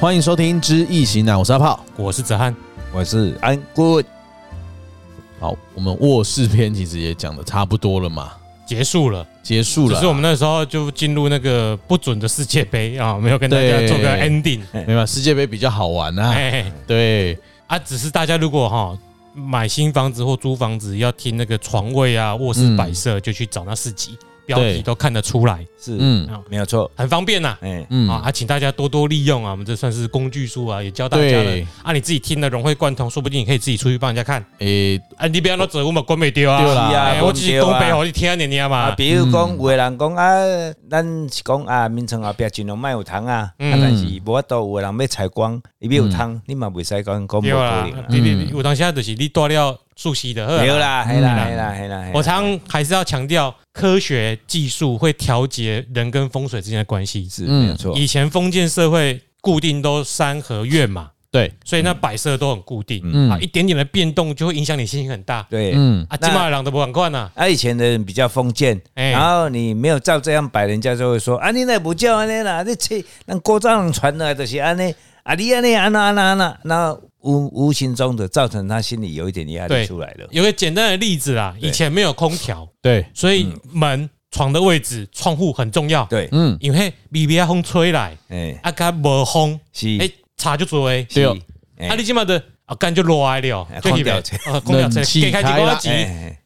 欢迎收听《知易行难》，我是阿炮，我是子翰，我是安棍。好，我们卧室篇其实也讲的差不多了嘛，结束了。结束只了啊。是我们那时候就进入那个不准的世界杯啊， 没有跟大家对做个 ending。哎没办法，世界杯比较好玩啊。哎，对，啊，只是大家如果哈买新房子或租房子，要听那个床位啊、卧室摆设，就去找那四集标题都看得出来，是，嗯，嗯没有错。很方便呐。哎，嗯，啊，啊，请大家多多利用啊，我们这算是工具书啊，也教大家了对。，啊，你自己听了融会贯通，说不定你可以自己出去帮人家看。诶，啊，你不要那走，我们关没丢对啊。啦是啊哎，我只是东北，我去听你你啊，嘛。比如讲，有的人讲啊，咱是讲啊，眠床后壁尽量卖有虫啊，啊，嗯但是无法度，有的人要采光，伊要有虫，你嘛袂使讲讲无可对啦能啊，。你你嗯你有当下就是你带了熟悉的，没有。啦，嘿嗯啦，嘿啦，嘿啦。嘿啦我常还是要强调，科学技术会调节人跟风水之间的关系。是啊嗯没有错，以前封建社会固定都三合院嘛，对，所以那摆设都很固定嗯啊，一点点的变动就会影响你心情很大对。嗯，啊。金马郎都不敢看呐，啊，以前的人比较封建，哎然后你没有照这样摆，人家就会说啊，你那不叫安尼啦，你切，咱古早人传的就是安尼，啊，你安尼安那安那安那，那无无形中的造成他心里有一点压对力出来了。有个简单的例子啦，对嗯以前没有空调，对，所以门、床的位置、窗户很重要，对，嗯，因为微微啊风吹来，哎，啊，它无风，是，哎，差就多哎。对哦是，啊，哎你起码的啊，干就落来了哎，就那边 空调车啊，空调车冷气给开几开啦个机。哎，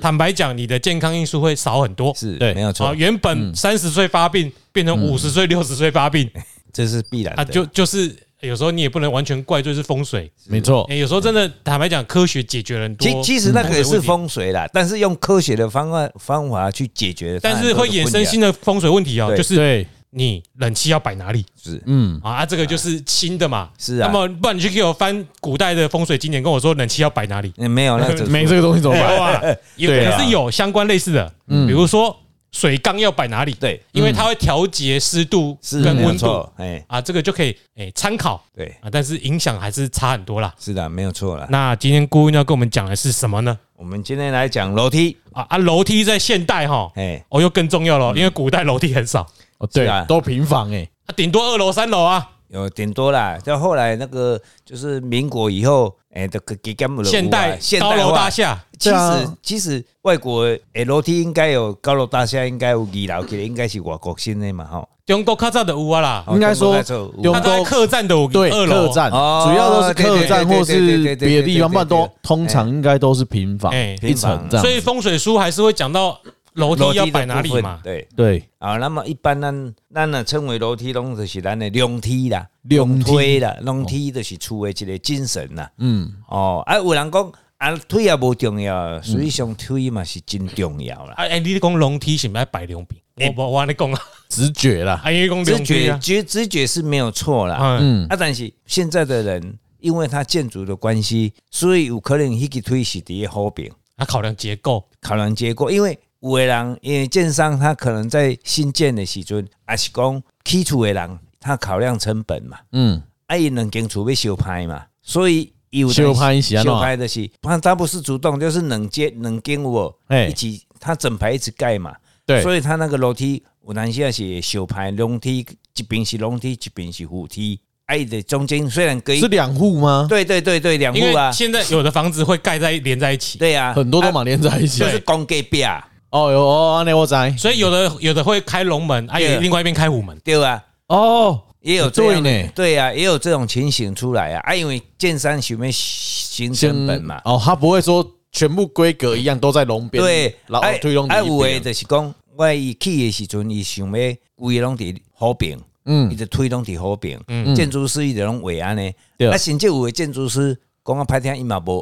坦白讲，你的健康因素会少很多。是，对没有啊，错，嗯原本三十岁发病，变成五十岁、六十岁发病这是必然啊，的。就就是有时候你也不能完全怪罪是风水。没错哎，，有时候真的坦白讲，科学解决了很哦其多，其实那个也风水问是题，风水啦，但是用科学的方法方法去解决它但很是多的会问题啊，衍生新的风水问题哦，对就是对，你冷气要摆哪里是，嗯，啊？啊，这个就是新的嘛。是啊那么不然你去给我翻古代的风水经典，跟我说冷气要摆哪里？嗯，没 有那个就是没这个东西怎么有办？ 啊，有对啊可是有相关类似的，比如说水缸要摆哪里，嗯对，因为它会调节湿度是跟没有温度错，哎，啊，这个就可以诶参考对，啊，但是影响还是差很多啦。是的，没有错啦。那今天顾问要跟我们讲的是什么呢？我们今天来讲楼梯，啊啊，楼梯在现代哈，哎，哦又更重要了，因为古代楼梯很少，哦，对是啊，都平房哎，啊顶多二楼三楼啊，有点多啦。到后来那个就是民国以后，哎，这个给干部啊现代现高代楼化大。厦，其对实啊其实外国诶楼梯应该有高楼大厦，应该有二楼，其实应该是外国先的嘛吼。中国较早的屋啊啦，哦应该说中国那时候中有它啊在国客栈的有对二楼客，栈，哦主要都是客栈对或对对对对是对对别的地方，对对对不然都对啊通常应该都是平房哎一层这样，所以风水书还是会讲到楼楼梯要的摆哪里部分嘛，对对，啊，那么一般咱咱呢称为楼梯，拢就是咱的龙梯啦、两推啦、龙梯，就是厝的一个精神啦。哦嗯，哦，啊，有人讲啊，腿也无重要，实际上腿嘛是真重要啦。啊，哎、你讲龙梯是不是要摆两边？我我我跟你讲啊，直觉啦，啊，因为讲直龙梯觉啊，觉直觉是没有错啦。嗯，嗯，啊，但是现在的人，因为他建筑的关系，所以有可能迄个腿是伫咧后边啊，考量结构，考量结果，因为有的人，因为建商他可能在新建的时阵，也是讲起厝的人，他考量成本嘛，嗯，啊，伊两间厝要修歹嘛，所以伊有修拍是安怎修歹的是，他他不是主动，就是两间两间有无嘿一起，他整排一直盖嘛，对，所以他那个楼梯，有当时也是小排楼梯，一边是楼梯，一边是扶梯。哎、的中间虽然隔一是，两户吗？对对对对，两因为户啊，现在有的房子会盖在连在一起，对啊，很多都啊嘛连在一起就。是公给壁啊，哦有哦，那我在所以有的有的会开龙门，啊，对有另外一边开虎门，对啊，哦，也有这对样的呢，对啊，也有这种情形出来啊，啊，因为建商想要行成本嘛，哦，他不会说全部规格一样都在龙边，对，然后推龙啊，有的边，就是讲，我伊起的时阵，伊想要规拢伫好平，伊嗯，就推拢伫好平，嗯建筑师伊就拢画安尼，对啊，甚至有的建筑师讲啊，歹听伊嘛无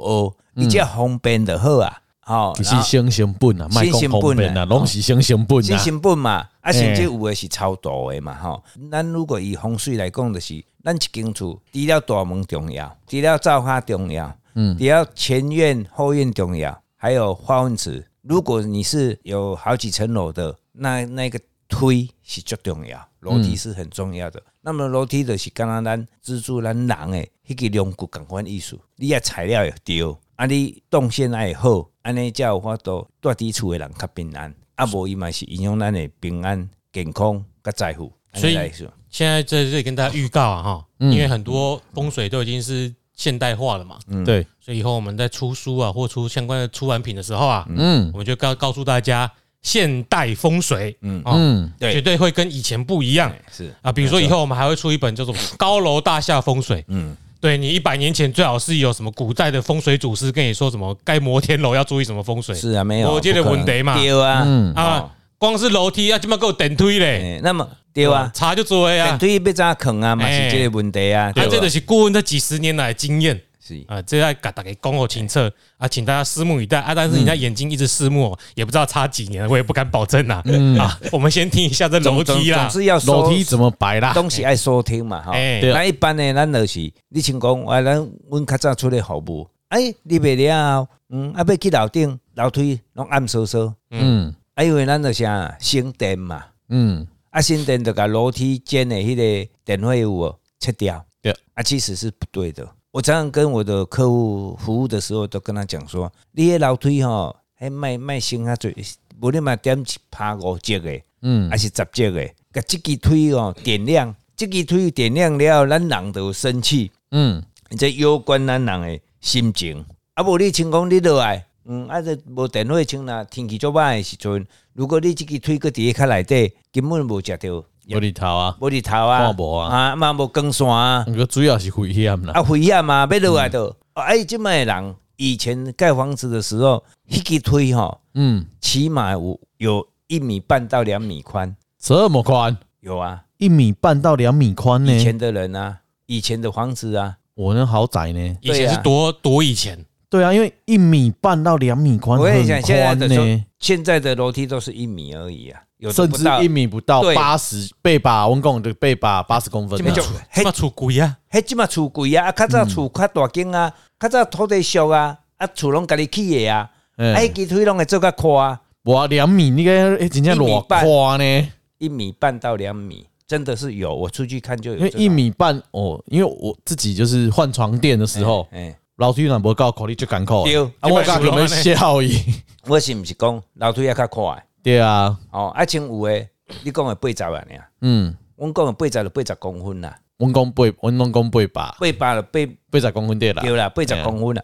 学，伊只要方便就好啊，吼，嗯其然实后先成本啊，卖讲红本哦啊，拢是先成本新啊，成本嘛，啊，甚至嘿有的是超大的嘛，吼。咱如果以风水来讲，就是咱一间厝，除了大门重要，除了灶花重要，嗯，除了前院后院重要，还有花园池。如果你是有好几层楼的，那那个推是最重要，楼梯是很重要的。那么楼梯就是刚刚咱蜘蛛咱人诶，迄、个龙骨共款意思，你啊材料也对，啊你动线也会好，安尼才有法度住伫厝诶人较平安，啊无伊嘛是影响咱诶平安、健康、甲财富。所以来说现在在这里跟大家预告啊，哈，因为很多风水都已经是现代化了嘛，对，所以以后我们在出书啊或出相关的出版品的时候啊，嗯我们就告告诉大家现代风水，嗯哦，嗯，绝对会跟以前不一样是啊。比如说以后我们还会出一本叫做 《高楼大厦风水》，嗯，对你一百年前最好是有什么古代的风水祖师跟你说什么该摩天楼要注意什么风水是啊，没有我记得不可能问题嘛对啊，嗯哦啊，光是楼梯要这么给我等推嘞，哎那么对啊，查就做呀但。对要怎坑啊，嘛是这个问题啊，啊，这对就吧是顾问这几十年来的经验是啊，这要给大家恭候清澈啊，请大家拭目以待啊。但是你那眼睛一直拭目哦，也不知道差几年，我也不敢保证呐。啊，我们先听一下这楼总梯啦嗯总，是要收楼梯怎么摆啦？啊东西爱收听嘛，哈。哎对那一般呢，咱就是你像讲，啊，咱阮较早出来服务，哎，你袂了后，嗯，啊，要去楼顶楼梯拢暗飕飕，嗯啊，因为咱就是啊，省电嘛，嗯，啊，省电就甲楼梯间的迄个电费有无切掉，对，啊，其实是不对的。我常常跟我的客户服务的时候，都跟他讲说，你的楼梯吼，还卖卖省较最，无你嘛点一拍五折的。嗯还是十节的，甲即支腿哦点亮，即支腿点亮了，咱人就有生气，嗯这有关咱人的心情。啊，无你像讲你落来，嗯，啊，这无电话像若天气足歹的时阵，如果你即支腿搁伫咧较内底，根本无食着，有里头啊，无日头啊，看无啊嗯啊嘛无光线啊，那个主要是危险啦。啊危险嘛，要落来嗯着。哎、即摆的人以前盖房子的时候，迄支腿吼、嗯，起码有有一米半到两米宽，这么宽，有啊，一米半到两米宽呢。以前的人啊，以前的房子啊，我那豪宅呢？以前是多多以前，对啊，因为一米半到两米宽我跟很你讲，现在宽的说呢，现在的楼梯都是一米而已啊，有的甚不至到一。米不到，对八十倍吧，我讲的倍吧，八十公分这啊么。出这哎么出轨啊，迄即嘛厝贵啊，啊较嗯早厝较大间啊，较早土地俗啊，啊厝拢家己起的啊，啊哎迄，支腿拢会做较宽啊，哇，两米那个哎，真正一裸米半宽呢？一米半到两米，真的是有，我出去看就有因为这种。一米半哦，因为我自己就是换床垫的时候，哎，哎，老推软不够口力就敢扣。对啊，我刚有没有效益？我是毋是讲楼梯也较宽的？ 对啊，哦，啊像有诶，你讲诶八十万尔，嗯，阮讲诶八十就八十公分啦，我讲八，我拢讲八吧，八百就八八十公分对啦。对啦，八哎十公分啦，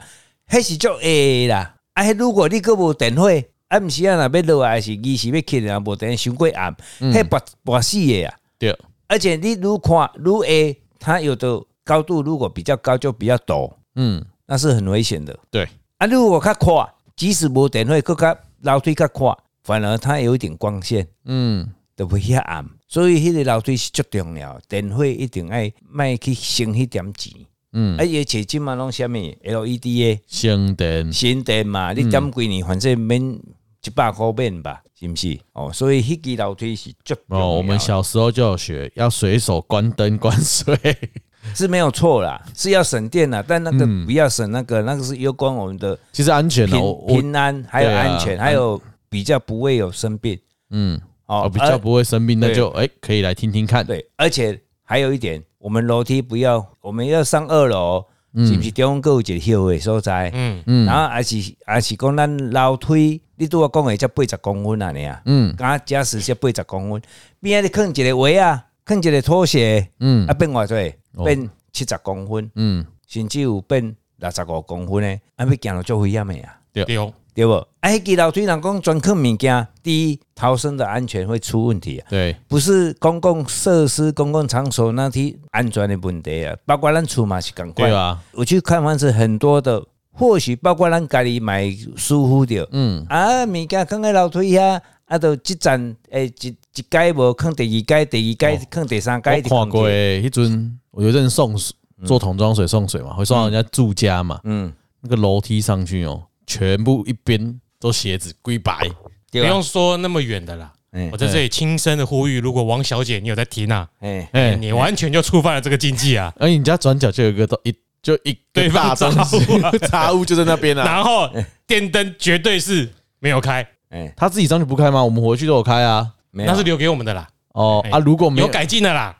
迄是足矮的啦。啊，迄如果你佫无电火，啊，毋是啊，若要落来是二是要起来，啊无电伤过暗，嗯迄跋跋死的啊。对，而且你愈看愈矮，它有的高度如果比较高就比较陡，嗯，那是很危险的。对，啊，如果较宽，即使无电火，佫较楼梯较宽，反而它有一点光线，嗯，就袂遐暗。所以迄个楼梯是足重要的，电火一定爱卖去省迄点钱。嗯，啊，而且即嘛拢虾物 LED 的。省电，新店嘛，你点几年，反正免一百块免吧，是不是？哦，所以迄支楼梯是足重要的哦，我们小时候就有学，要随手关灯关水。 是没有错啦，是要省电啦，但那个不要省那个，那个是有关我们的其实安全平哦，嗯我我平安，还有对啊安全，还有比较不会有生病嗯，哦我，比较而不会生病，那对就哎可以来听听看。对，而且还有一点，我们楼梯不要，我们要上二楼，是不是？中间有一个休的所在，嗯，嗯然后还是还是讲咱楼梯，你拄我讲的才八十公分啊，你啊。嗯啊，假使是八十公分，边仔你放一个鞋啊，放一个拖鞋，嗯啊变偌济，哦变七十公分，嗯，甚至有变六十五公分的，啊要行到足危险的啊，对哦，对无？啊，迄支楼梯人讲专放物件，第一逃生的安全会出问题啊，对，不是公共设施、公共场所那些安全的问题啊，包括咱厝嘛是共款对。啊，我去看房子很多的，或许包括咱家己买舒服着。嗯啊，物件放喺楼梯遐，啊，到即站诶，一一阶无放第二阶，第二阶放第三哦我阶，一直放看过欸，一尊我有一阵送水做桶装水送水嘛，会送到人家住家嘛，嗯，那个楼梯上去哦，全部一边都鞋子归白，不对吧用？说那么远的啦嗯。我在这里轻声的呼吁，如果王小姐你有在听啊，哎，哎，你完全就触犯了这个禁忌啊。而哎你家转角就有一个都一就一对个大方东杂西 物啊杂物就在那边啊， 然后电灯绝对是没有开，哎，他自己上去不开吗？我们回去都有开啊，没有那是留给我们的啦。哦啊，如果没有改哎进的啦。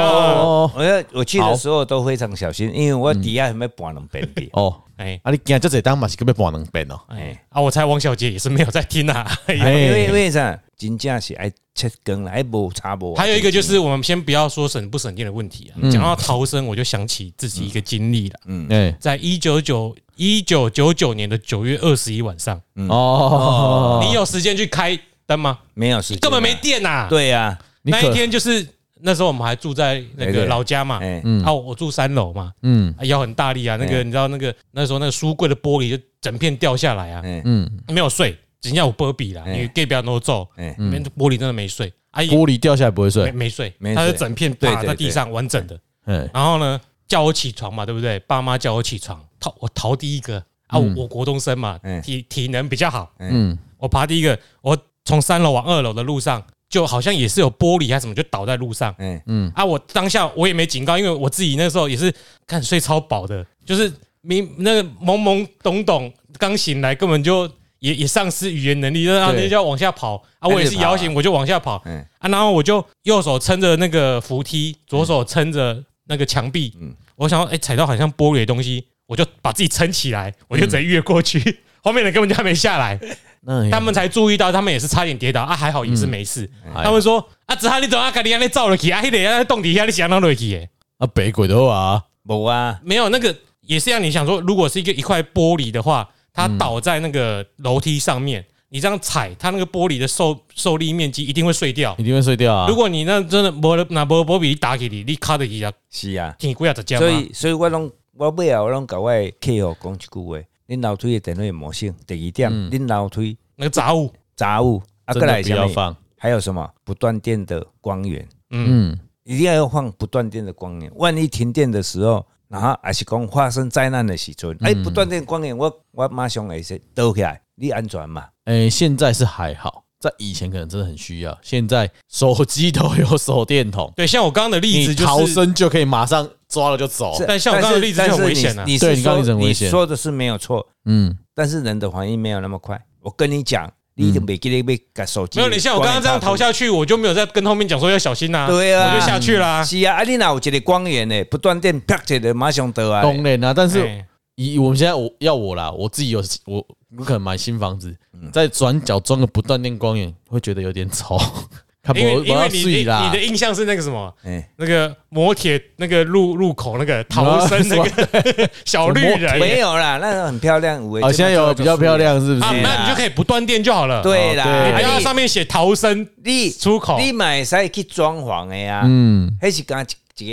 哦我要我去好。的时候都非常小心，因为我底下还没搬两遍的哦，哎啊，你今这这当嘛是个要半能变哦，哎啊，我猜汪小姐也是没有在听啊。哎 呀因为因哎，为啥？真正是爱切更啦，爱无差无。还有一个就是，我们先不要说省不省电的问题啊。讲到逃生，我就想起自己一个经历了。哎，在一九九一九九九年的九月二十一晚上，哦，你有时间去开灯吗？没有时间啊根本没。电呐。，对啊呀，你那可一天就是那时候我们还住在那个老家嘛，哎，啊，我我住三楼嘛，嗯啊摇很大力啊，那个哎你知道那个那时候那个书柜的玻璃就整片掉下来啊，嗯嗯，没有碎，只要我波比啦，哎因为 gay 不要 no 咒，哎那边玻璃真的没碎，啊也玻璃掉下来不会没碎，没碎没，碎它是整片对趴对在地上完整的，哎，然后呢叫我起床嘛，对不对？爸妈叫我起床，逃我逃第一个啊，我我国中生嘛嗯哎，体体能比较好，嗯，我爬第一个，我从三楼往二楼的路上，就好像也是有玻璃还是什么，就倒在路上。哎，啊，我当下我也没警告，因为我自己那时候也是看睡超饱的，就是明那个懵懵懂懂，刚醒来根本就也也丧失语言能力，然后对就要往下跑啊，我也是摇那就跑醒我就往下跑嗯啊，然后我就右手撑着那个扶梯，左手撑着那个墙壁，我想要哎、踩到好像玻璃的东西，我就把自己撑起来，我就直接越过去， 后面的根本就还没下来，那他们才注意到，他们也是差点跌倒啊，还好也是没事。他们说啊，子涵你怎么啊，你安尼照了去啊，迄个啊洞底下你想到落去耶？啊北鬼的话，无啊，没有那个也是让你想说，如果是一个一块玻璃的话，它倒在那个楼梯上面，你这样踩，它那个玻璃的受受力面积一定会碎掉一。定会碎掉啊如。果你那真的没拿波波比打给你，你卡的一下，是啊。挺贵啊，这家所嘛。以所以我拢我尾后我拢甲我的客户讲一句话：，恁楼梯的电话模型。第二点，嗯恁楼梯那个杂物，杂物啊，真过的来是不什么要放，还有什么不断电的光源，嗯，一定要放不断电的光源。万一停电的时候，然后还是讲发生灾难的时嗯阵，哎、不断电光源，我我马上会说哎倒起来，你安全嘛？哎，现在是还好，在以前可能真的很需要，现在手机都有手电 筒，对，像我刚刚的例你子逃就是，生就可以马上抓了就走。哦但像我刚刚的例子就很危险啊但是你对是你刚刚例说子很危险你说的是没有错，嗯，但是人的反应没有那么快。我跟你讲，你一定别给你被把手机没有你像我刚刚这样逃光源下去，我就没有再跟后面讲说要小心呐、打出去，对啊，我就下去啦、是啊，啊你哪有一个光源呢？不断电啪一个马上倒啊。当然啦，但是哎以我们现在我要我啦，我自己有我我可能买新房子，嗯在转角装个不断电光源，会觉得有点丑。 看因为我我因为啊要你你睡啦你的，印象是那个什么，哎那个摩铁那个入入口那个逃生那个 小绿没人有啦，那个很漂亮，五啊，现在有比较漂。亮是不啊，是？那你就可以不断电就好了。对啦，哦你对不啊要上面写逃生你出口。你买使去装潢的呀、啊，嗯，迄、是讲一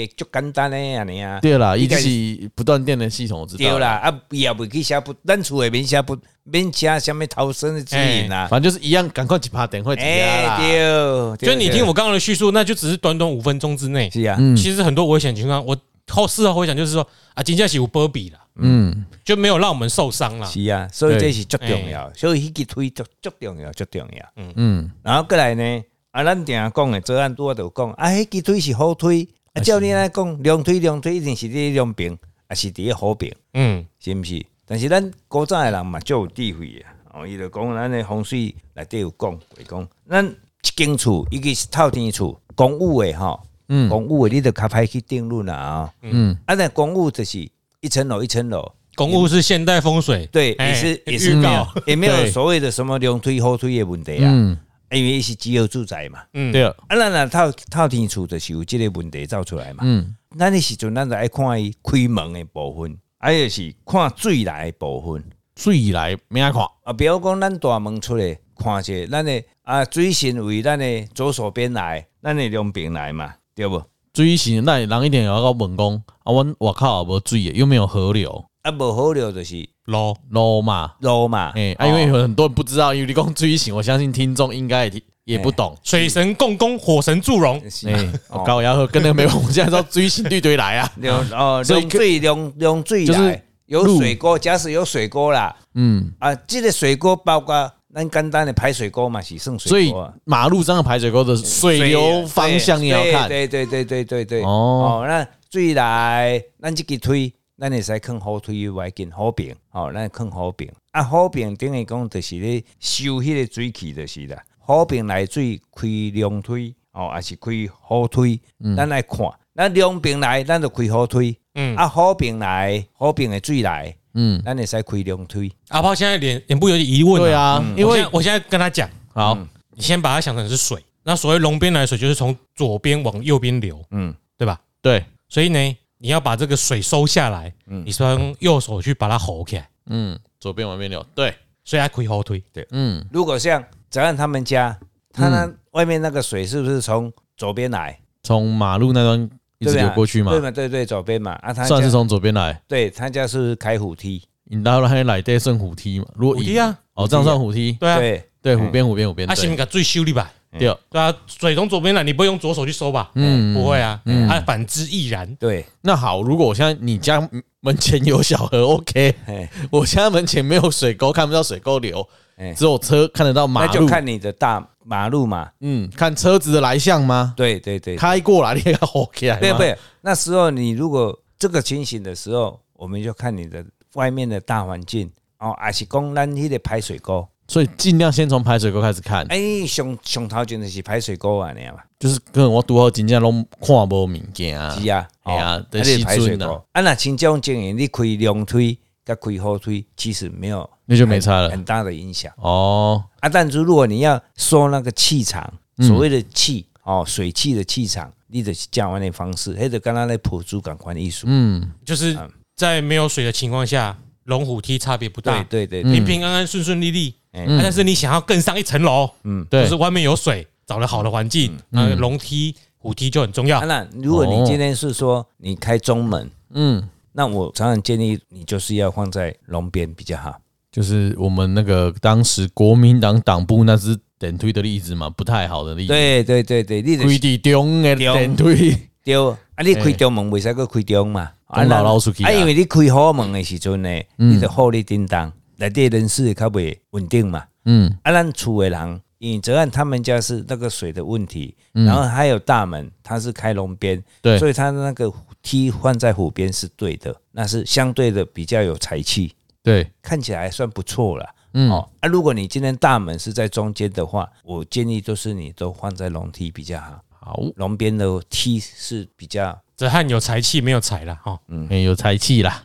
个足简单的安尼啊。对啦，你一自起不断电的系统我知道对，啦，啊伊也袂去写不，咱厝诶免写不免写什么逃生的指引啦。反正就是一样，赶快去爬电会怎样哎、啦？对，对啊就你听对我刚刚的叙述，那就只是短短五分钟之内，是啊，嗯其实很多危险情况，我后事后回想就是说啊，金价是有波比了，嗯，就没有让我们受伤了。是啊，所以对这是足重要，哎所以迄个推足足重要，足重要。嗯，然后过来呢，啊，咱定讲的，昨暗拄啊有讲，啊，迄个推是好推，啊，照你来讲，两推两推一定是伫两边，啊是伫咧好边。嗯，是毋是？但是咱古早的人嘛，足有智慧啊！哦，伊就讲咱的风水内底有讲，就是讲咱一间厝，尤其是透天厝，公寓的吼，嗯，公寓的你就较歹去定论啦啊。嗯，啊，那公寓就是一层楼一层楼，公务是现代风水，对，哎也是也是预 告。也没有对所谓的什么两推后推的问题啊，嗯因为它是集合住宅嘛。嗯，对，啊，咱若透透天厝就是有即个问题走出来嘛。嗯咱迄时阵咱就爱看伊开门的部分，啊，也是看水来的部分。水来明仔看，啊，比如讲咱大门出来看者，咱的啊水神为咱的左手边来，咱的两边来嘛，对不？水是那人一定要到问讲啊，阮外口也无水的，又没有河流，啊，无好料就是喽，路嘛，路嘛，哦哎、啊，因为有很多人不知道，因为你讲追星，我相信听众应该也哎听也不懂。水神共工，火神祝融，是哎、 我 哦高牙和跟那个没有，我们现在知道追星队队来 啊。两哦所以两水两两水就是来，有路水沟，假使有水沟啦，嗯，啊，这个水沟包括咱简单的排水沟嘛，是算所水以沟啊。马路上的排水沟的水流方向也要看。对对对对对对。哦哦，那水来，咱这个推，咱会使放好推外紧好平，哦，咱放好平。啊，好平等于讲就是咧收迄个水气就是啦，好平来水开两推，哦，还是开好推，嗯咱来看，咱两边来，咱就开好推，嗯啊，好边来，好边的水来，嗯，咱会使开两推，阿炮现在脸脸部有点疑问、对，啊，嗯因因为为我现在跟他讲，好，你先把它想成是水，那所谓龙边来的水就是从左边往右边流，嗯，对吧？对，所以呢，你要把这个水收下来，嗯你是要用右手去把它吼起来，嗯，左边往边流，对，所以它可以后推。嗯，如果像泽岸他们家，他那外面那个水是不是从左边来？从马路那端一对直不对流过去嘛对，嘛，对对，左边嘛，啊，他算家是从左边来，对他家是开虎梯，你到了还来对顺虎梯嘛，如果虎以梯啊，哦这样算虎梯，对啊，对，啊对，虎边虎边虎边，它先对，给最修理吧。对，对啊，水从左边来，你不会用左手去收吧？嗯不会啊，啊，反之亦然。对，那好，如果我现在你家门前有小河，OK， 哎，我家门前没有水沟，看不到水沟流哎，只有车看得到那马就路，看你的大马路嘛，嗯，看车子的来向吗？对对对，开过来你也要吼起来吗，对不对？那时候你如果这个情形的时候，我们就看你的外面的大环境哦，还是讲咱迄个排水沟，所以尽量先从排水沟开始看，哎，上上头前就是排水沟啊，你嘛，就是跟我拄好真正拢看无物件啊，是啊，哎呀哦对啊你的排水时阵啊沟，啊，那像这种经验，你开两推。跟开后推其实没有，那就没差了很大的影响。哦，啊，但是如果你要收那个气场，嗯所谓的气、哦，水气的气场，你得加完的方式，还得跟他那普珠感官艺术。嗯，就是在没有水的情况下，龙虎梯差别不对大，对对嗯对，平平安安、顺顺利利。哎嗯啊但是你想要更上一层楼，就对是，外面有水，找了好的环境，那龙梯、虎梯就很重要啊，。那如果你今天是说你开中门，嗯，那我常常建议你就是要放在龙边比较好。就是我们那个当时国民党党部那支电推的例子嘛，不太好的例子，对对对对，你规得地中的电推，丢啊，你开中门为啥个开中嘛？啊，哎中老那老出去啊嗯啊，因为你开好门的时阵呢，你的后力叮当，内地人士会较袂稳定嘛。嗯啊，咱厝的人，因为泽岸他们家是那个水的问题，然后还有大门，它是开龙边，嗯对所以它那个梯换在湖边是对的，那是相对的比较有财气，对，看起来还算不错了。嗯哦，啊，如果你今天大门是在中间的话，我建议就是你都换在龙梯比较好，好，龙边的梯是比较泽汉有财气没有财啦，哈，很哎有才气啦，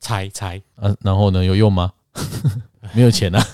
财财啊，然后呢，有用吗？ 没有钱啊，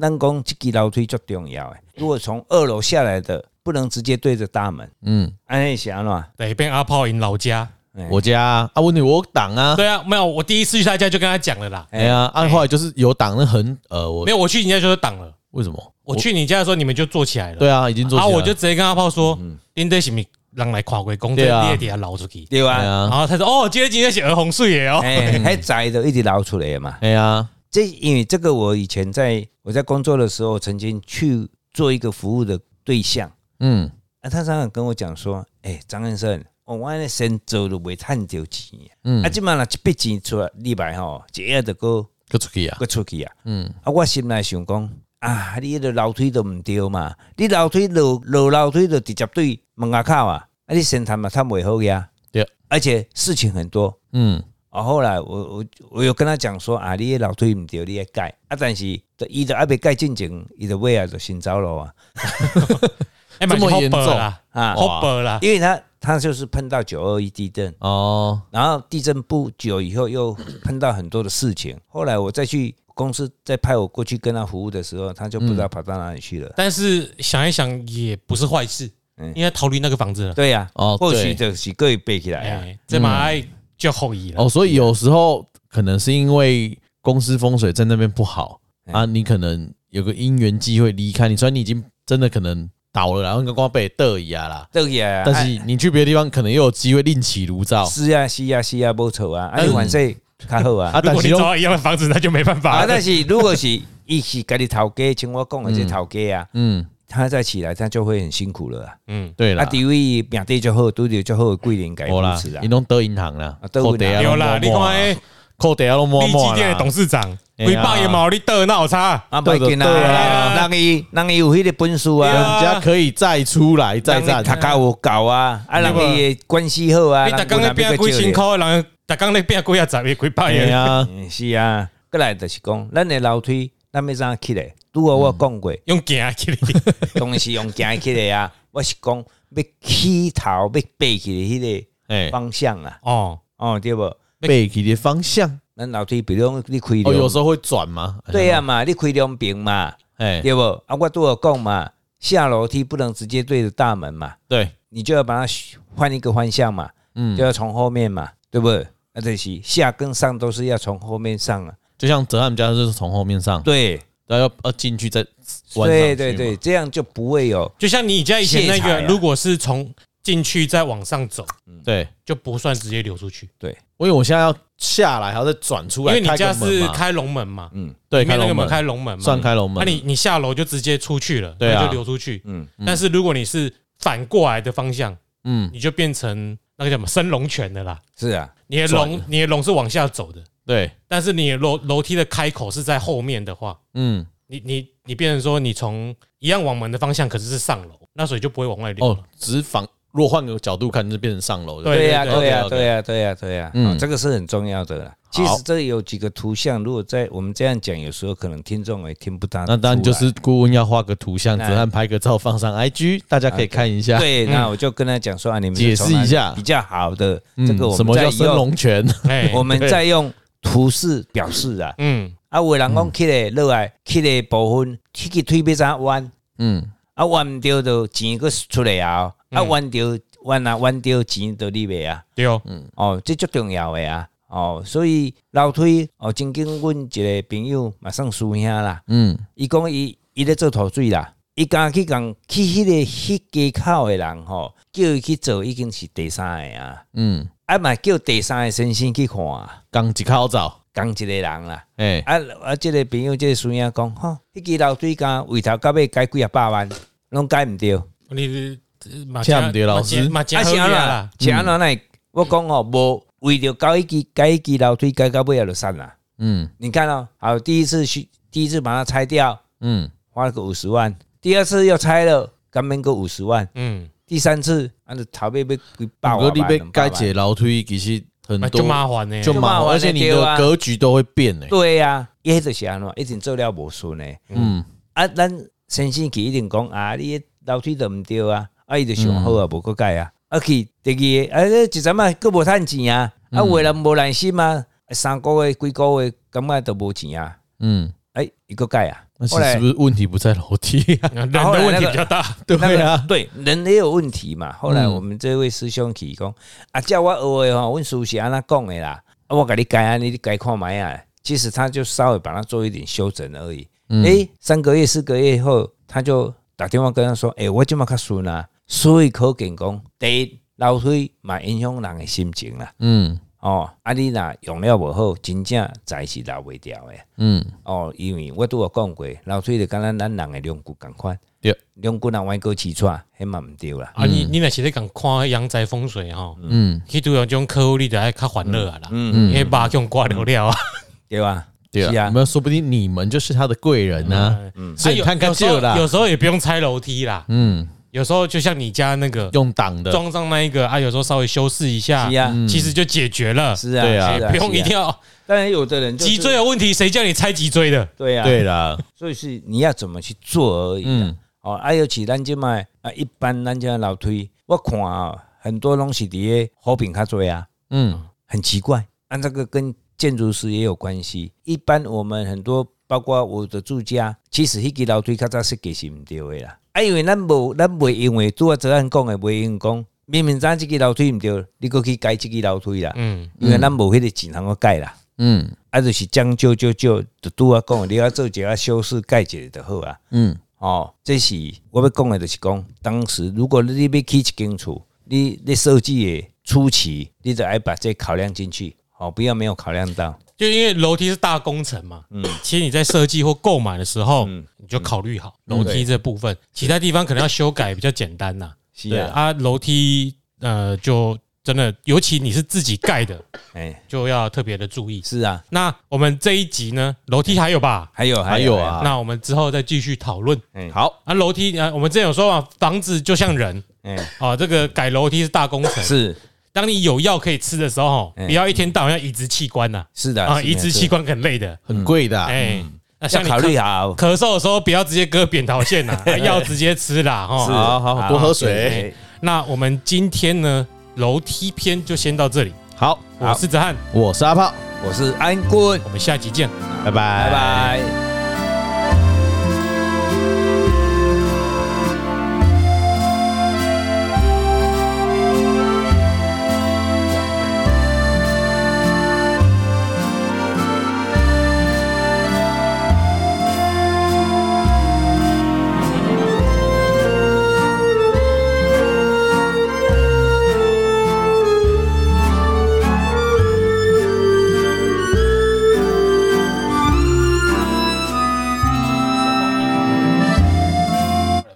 咱讲这支楼梯最重要诶。如果从二楼下来的，不能直接对着大门，嗯，安内想啦，对，变阿炮赢老家。我家啊，啊问题我党啊，对啊，没有，我第一次去他家就跟他讲了啦，哎呀，啊后来就是有党那很呃，我没有，我去你家就是挡了。为什么？我去你家的时候，你们就坐起来了。对啊，已经做然起来了，嗯后我就直接跟阿炮说：“恁这是咪人来跨过公正对啊你也底下捞出去。对”哎吧？然呀，后他说：“哦，今天今天是儿红睡耶 哦。哎，还窄的一直捞出来嘛。哎呀，这因为这个，我以前在我在工作的时候，曾经去做一个服务的对象，嗯，啊，他常常跟我讲说：“哎、张先生，哦我安尼先做都未趁着钱，嗯啊，即满若一笔钱出来，礼拜吼，一下就搁个出去啊，搁出去啊。嗯，啊，我心内想讲，啊，你迄个楼梯都毋对嘛，你楼梯落落楼梯就直接对门牙口啊，啊，你先趁嘛趁袂好呀，对，而且事情很多，嗯，啊，后来我我我有跟他讲说啊，你的楼梯唔对，你要改啊，但是就伊就还没改进前，伊就尾啊就先走了啊”哎，这么严重啦，啊，好薄啦，因为他他就是碰到九二一地震，哦，然后地震不久以后又碰到很多的事情，后来我再去公司再派我过去跟他服务的时候，他就不知道跑到哪里去了。但是想一想也不是坏事，因为逃离那个房子了。对呀、哦或许嗯对嗯就是可以背起来啊。哎，这嘛爱就后移了。哦，所以有时候可能是因为公司风水在那边不好哎啊，你可能有个因缘机会离开你，虽然你已经真的可能倒了啦，然后跟光被得一下啦，对呀、但是哦你去别的地方可能又有机会另起炉啊灶是哎啊是啊是啊，无错啊，啊，你反正较好啊啊，。如但果是你用找到一样的房子，那就没办法啊，了但。是如果是伊是家己头家，像我讲的这头家啊，嗯，他再起来，他就会很辛苦了啊。嗯，对啊，啦，地位名地就好，拄着就好，桂林改我如啦此啦，你。拢得银行啦啊，倒扣银行得啊，有啦，你看哎，扣得啊，拢摸利基摸店的董啦，事长，哎你呀爸也毛你得闹差。啊，别紧对啊，啊人伊人伊有迄个本事人啊，家可以再出来再人战伊，读家有够啊，啊，人对吧伊的关系好哎啊，你大人刚那变几千块，人大刚那变几啊十，也几百哎元。呀，嗯是啊，过来就是讲，咱的楼梯，咱要怎样起来？如果我讲过，用行啊去的， 当然是用行起来啊，我是讲要起头要爬起的迄个哎，方向啊，哦，哦对不？背起的方向，咱楼梯，比如讲你开哦，有两，时候会转吗？对呀嘛，你开两边嘛，哎，对不？啊，我都有讲嘛，下楼梯不能直接对着大门嘛，对，你就要把它换一个方向嘛，嗯就，要从后面嘛，对不？那这是下跟上都是要从后面上啊，就像哲汉家就是从后面上，对，然后要要进去再弯上对去对嘛对，，这样就不会有就像你家以前那卸个载，啊如果是从进去再往上走，对，就不算直接流出去，因为我现在要下来，还要再转出因来，为你开家个门是嘛，开龙门嘛，对，里开龙面那个门门，开龙门嘛，算开龙门，那你你下楼就直接出去了，对啊那就流出去。嗯嗯，但是如果你是反过来的方向，嗯，你就变成那个叫什么升龙拳的啦。是啊，你的龙，你的龙是往下走的，对，但是你的楼楼梯的开口是在后面的话，嗯，你你你变成说你从一样往门的方向，可是是上楼，那所以就不会往外流了。哦，只是反，如果换个角度看，就变成上楼，对对呀对对呀 OK，OK 对呀对呀对呀，嗯，嗯这个是很重要的啦。其实这有几个图像，如果在我们这样讲，有时候可能听众也听不到。那当然就是顾问要画个图像，那哲汉拍个照放上 IG，大家可以看一下。对，嗯那我就跟他讲说啊，你们解释从哪里一下比较好的嗯，这个我什们么再叫升用，龙拳？ 哎，我们再用图示表示啊。嗯，啊，有的人讲起来落来，起来部分，去个腿要怎弯？嗯，啊，弯唔掉就钱个出来啊！啊，弯掉弯啊弯掉钱都入来啊！对嗯哦，哦，这足重要的啊！哦，所以楼梯哦，曾经阮一个朋友嘛算师兄啦，嗯，伊讲伊伊咧做陶水啦，伊敢去共去迄、个迄街口的人吼、叫伊去做已经是第三个啊，嗯，啊嘛叫第三个先生去看啊，刚几靠早，共一个人啦。哎，啊啊！即、个朋友，即、个孙兄讲，吼、迄支楼梯杆为头到尾改几啊百万，拢改毋对。啊你你呃马这样不对老师马加马是加安啊赫怎亚啦啦，，是安怎嗯来？我讲哦，无为着搞迄支改迄支楼梯改到尾啊，就散啦。嗯你看哦，好，第一次去，第一次把它拆掉，嗯，花了个五十万；第二次又拆了，干面个五十万；嗯，第三次，按照头尾被几百五个万你吧，被两百该万解楼推，其实很那多哎就麻烦呢，就麻就麻烦，烦而且你对啊的格局都会变欸呢。对呀、啊，伊迄就是安怎，一定做了无顺诶。嗯，啊，咱先生去一定讲啊，你的楼梯都毋对啊，啊，伊就想好啊，无个改啊。啊去第二个，啊，你一阵仔佫无趁钱啊，啊，有的人无耐心啊，啊三个月、几个月，感觉都无钱啊，嗯，哎、伊个改啊。那其后实是来不是问题不在楼梯啊？人然后的来问题那个比较大。那 对个啊，对，人也有问题嘛。后来嗯我们这位师兄去讲，啊，叫我学的吼，阮叔是安那讲的啦，啊，我给你改啊，你改看卖啊。其实他就稍微把它做一点修整而已。嗯诶、三个月、四个月后，他就打电话跟他说：“诶、我今麦较顺啦，所以可见讲，第一，老水嘛影响人的心情啦。 嗯哦，啊，你若用了无好，真正财是留袂掉的。嗯，哦，因为我拄有讲过，老水就敢咱咱人的两骨共款，对，两骨若歪过起出，迄嘛毋对啦。啊，你你若是咧讲看阳宅风水吼，嗯，去拄用种客户你就爱较欢乐啊啦，嗯，迄把用刮流了啊，对吧？对是啊，啊没有，说不定你们就是他的贵人啊呢。嗯，所以你看看有时候就啦有时候也不用拆楼梯啦，嗯，有时候就像你家那个用挡的，装上那一个啊，有时候稍微修饰一下是，啊，其实就解决了，是啊，对啊是嗯不用一定。是啊要当然，有的人就是脊椎，有问题，谁叫你拆脊椎的？对啊，对，啦，所以是你要怎么去做而已。嗯哦，啊，尤其咱即卖啊，一般咱这老推，我看啊，很多拢是伫个好评较多啊，嗯很奇怪。啊按、这个跟建筑师也有关系。一般我们很多，包括我的住家，其实迄支楼梯较早设计是毋对的啦。啊，因为咱无咱袂因为拄啊，昨咱讲的袂因为讲，明明咱即支楼梯毋对，你搁去改即支楼梯啦，嗯，因为咱无迄个钱通去改啦。嗯啊，就是将就就就，就拄啊讲的，你要做一下修饰改一下就好啊。嗯哦，这是我要讲的，就是讲，当时如果你要起一间厝，你你设计的初期，你就要把这考量进去，哦，不要没有考量到。就因为楼梯是大工程嘛，嗯其实你在设计或购买的时候，你就考虑好嗯楼梯这部分，其他地方可能要修改比较简单呐。是对，啊，楼梯呃，就真的，尤其你是自己盖的，哎，就要特别的注意。是啊，那我们这一集呢，楼梯还有吧？还有还有啊，那我们之后再继续讨论。哎好，啊，楼梯啊，我们之前有说嘛，房子就像人哎，啊，这个改楼梯是大工 程。是当你有药可以吃的时候，嗯不要一天到晚要移植器官呐是的啊，移是嗯植器官很累的。很贵的啊，哎，那要像你考虑好。哦咳嗽的时候，不要直接割扁桃腺 啦，药直接吃啦。是哈，好好多喝水。对那我们今天呢，楼梯篇就先到这里。好，我是子翰，我是阿炮，我是安坤，我们下集见。拜拜拜拜。